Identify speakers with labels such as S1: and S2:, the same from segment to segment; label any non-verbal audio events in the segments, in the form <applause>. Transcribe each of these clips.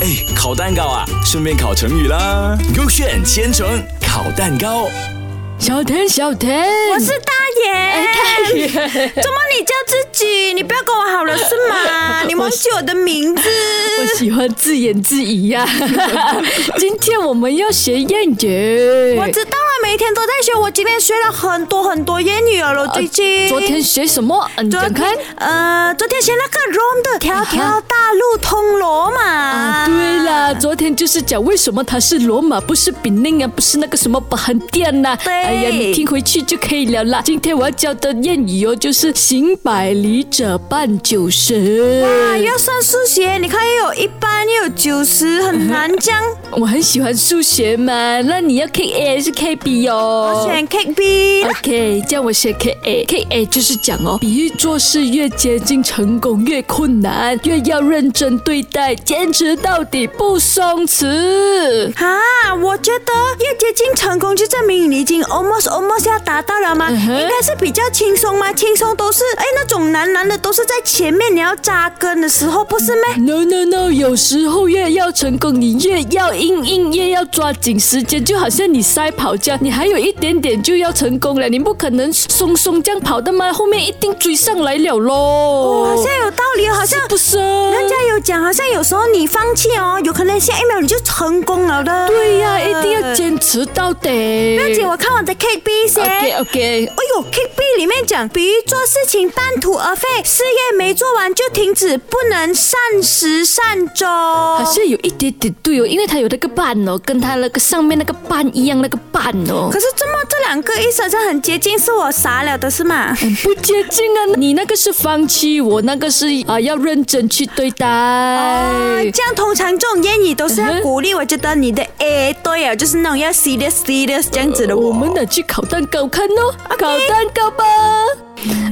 S1: 哎，烤蛋糕啊，顺便烤成语啦。勾选千层烤蛋糕，
S2: 小田，小田，<laughs>
S3: 我是大爷，怎么哎你叫自己？你不要跟我好了是吗？ <laughs> 你忘记我的名字？
S2: 我喜欢自言自语
S3: <laughs>
S2: 呀、今天我们要学谚语。
S3: 我知道了，每天都在学。我今天学了很多很多谚语了，最近。
S2: 昨天学什么？嗯，
S3: 昨
S2: 讲
S3: 天
S2: 看。
S3: 呃，昨天学那个 “round” 的“条条
S2: 啊
S3: 大路通罗马”
S2: 啊，对啦，昨天就是讲为什么它是罗马，不是比宁啊，不是那个什么巴痕店呐。
S3: 对
S2: 哎呀，你听回去就可以了啦。今天我要教的谚语哦，就是行百里者半九十。
S3: 啊，又要算数学，你看又有一半又有九十，很难将。
S2: 我很喜欢数学嘛，那你要 K A 还是 K B 哦？
S3: 我选 K B，
S2: OK，叫我写 K A，K A 就是讲哦，比喻做事越接近成功越困难，越要认真对待，坚持到底，不松弛。
S3: 啊，我觉得越接近成功，就证明你已经 almost almost 要达到了吗？
S2: 嗯哼
S3: 应该是比较轻松吗？轻松都是哎那种难难的都是在前面你要扎根的时候，不是咩？
S2: No no no，有时候越要成功，你越要硬硬，越要抓紧时间，就好像你赛跑这样，你还有一点点就要成功了，你不可能松松这样跑的嘛，后面一定追上来了喽。嗯
S3: 哦，好像有道理，好像
S2: 是不是？啊
S3: 人家有讲，好像有时候你放弃哦，有可能下一秒你就成功了的。
S2: 对呀、一定要坚持到底。
S3: 不要紧，我看我的 K B 先。
S2: OK 哦 OK，
S3: 哎呦，K B 里面讲，比喻做事情半途而废，事业没做完就停止，不能善始善终。
S2: 好像有一点点对哦，因为它有那个瓣哦，跟它那个上面那个瓣一样，那个瓣哦
S3: 可，是这么这两个一身上很接近，是我傻了的是吗？
S2: 很不接近啊。你那个是放弃，我那个是啊、要认真去对待。
S3: 啊这样通常这种谚语都是
S2: 嗯
S3: 要
S2: 哼
S3: 鼓励，我觉得你的 A 对啊，就是那种要 serious serious 这样子的
S2: 嗯我
S3: 我。
S2: 们拿去烤蛋糕看哦，烤蛋糕吧。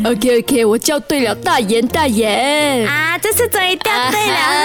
S2: OK OK，我叫对了，大眼大眼。
S3: 啊，这是真一掉对了
S2: 啊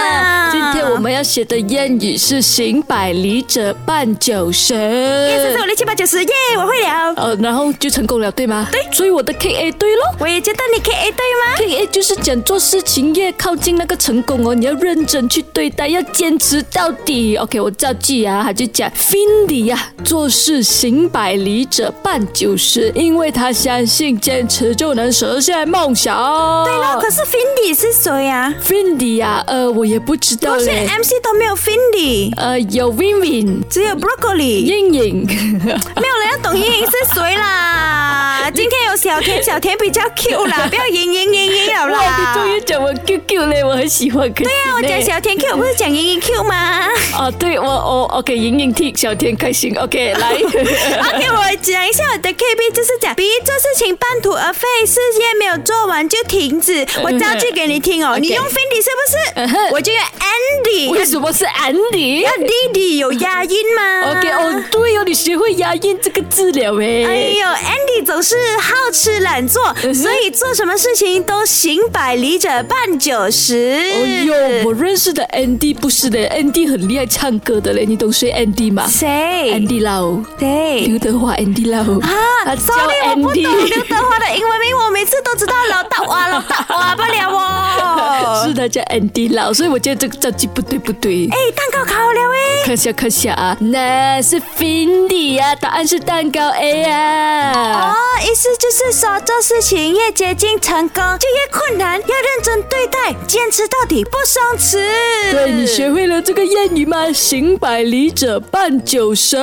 S2: <laughs> 哈
S3: 哈。
S2: 今天我们要学的谚语是“行百里者半九十”。
S3: 耶，这是我的七八九十耶，我会了。
S2: 呃，然后就成功了，对吗？对，所以我的 K A 对咯。
S3: 我也觉得你可以 A 对吗？
S2: K A 就是讲做事情越靠近那个成功哦，你要认真去对待，要坚持到底。OK，我造句啊，他就讲 Findy 呀、做事行百里者半九十，因为他相信坚持就能实现梦想。对
S3: 啊，可是 Findy 是谁啊呀、
S2: ，Findy 呀、呃，我也不知道
S3: 我
S2: 嘞
S3: 选。MC 都没有 Findy，
S2: 呃，有 Win Win
S3: 只有 Broccoli，
S2: 阴影。
S3: 没有人要懂莹莹是谁
S2: <laughs>
S3: 啦。今天有小田，小田比较 Q 啦，不要莹莹莹莹了
S2: 哇，你
S3: 啦。
S2: 终于讲我 QQ 嘞，我很喜欢。对
S3: 对啊，我讲小田 Q，不是
S2: <laughs>
S3: 讲莹莹 Q 吗
S2: 哦，对我我 OK，莹莹替小天开心。OK，来，
S3: <laughs> ？OK，我哦讲一下我的 KB，就是讲比做事情半途而废，事业没有做完就停止。我造句给你听哦，你用 Findy 是不
S2: 嗯
S3: 是？
S2: 哼
S3: 我就用 Andy。
S2: 为什么是 Andy？
S3: 要弟弟有押韵吗
S2: OK，哦，对哦，你学会押韵这个字了
S3: 哎
S2: 诶。
S3: 呦，Andy 总是好吃懒做，
S2: 嗯哼
S3: 所以做什么事情都行百里者半九十。
S2: 哎呦，我认识的 Andy 不是的，Andy 很厉害唱歌的嘞，你懂谁 Andy 吗
S3: 谁？
S2: ？Andy Lau，
S3: 谁？
S2: 刘德华 Andy Lau，
S3: 啊
S2: 他叫
S3: ，sorry，我不懂
S2: Andy，
S3: 刘德华的英文名，我每次都知道老大哇，老大哇不了哦。
S2: <laughs> 是他叫 Andy Lau，所以我觉得这个造句不对不对。
S3: 哎，蛋糕烤了哎，
S2: 看下看下啊，那是 Findy 呀、答案是蛋糕 A 啊呀、
S3: 哦，意思就是说做事情越接近成功就越困难，要认真对待，坚持到底，不松弛。
S2: 对你学会了这个谚语吗？行百里者半九十。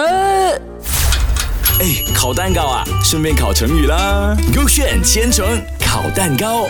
S1: 哎，烤蛋糕啊，顺便烤成语啦。勾选千层烤蛋糕。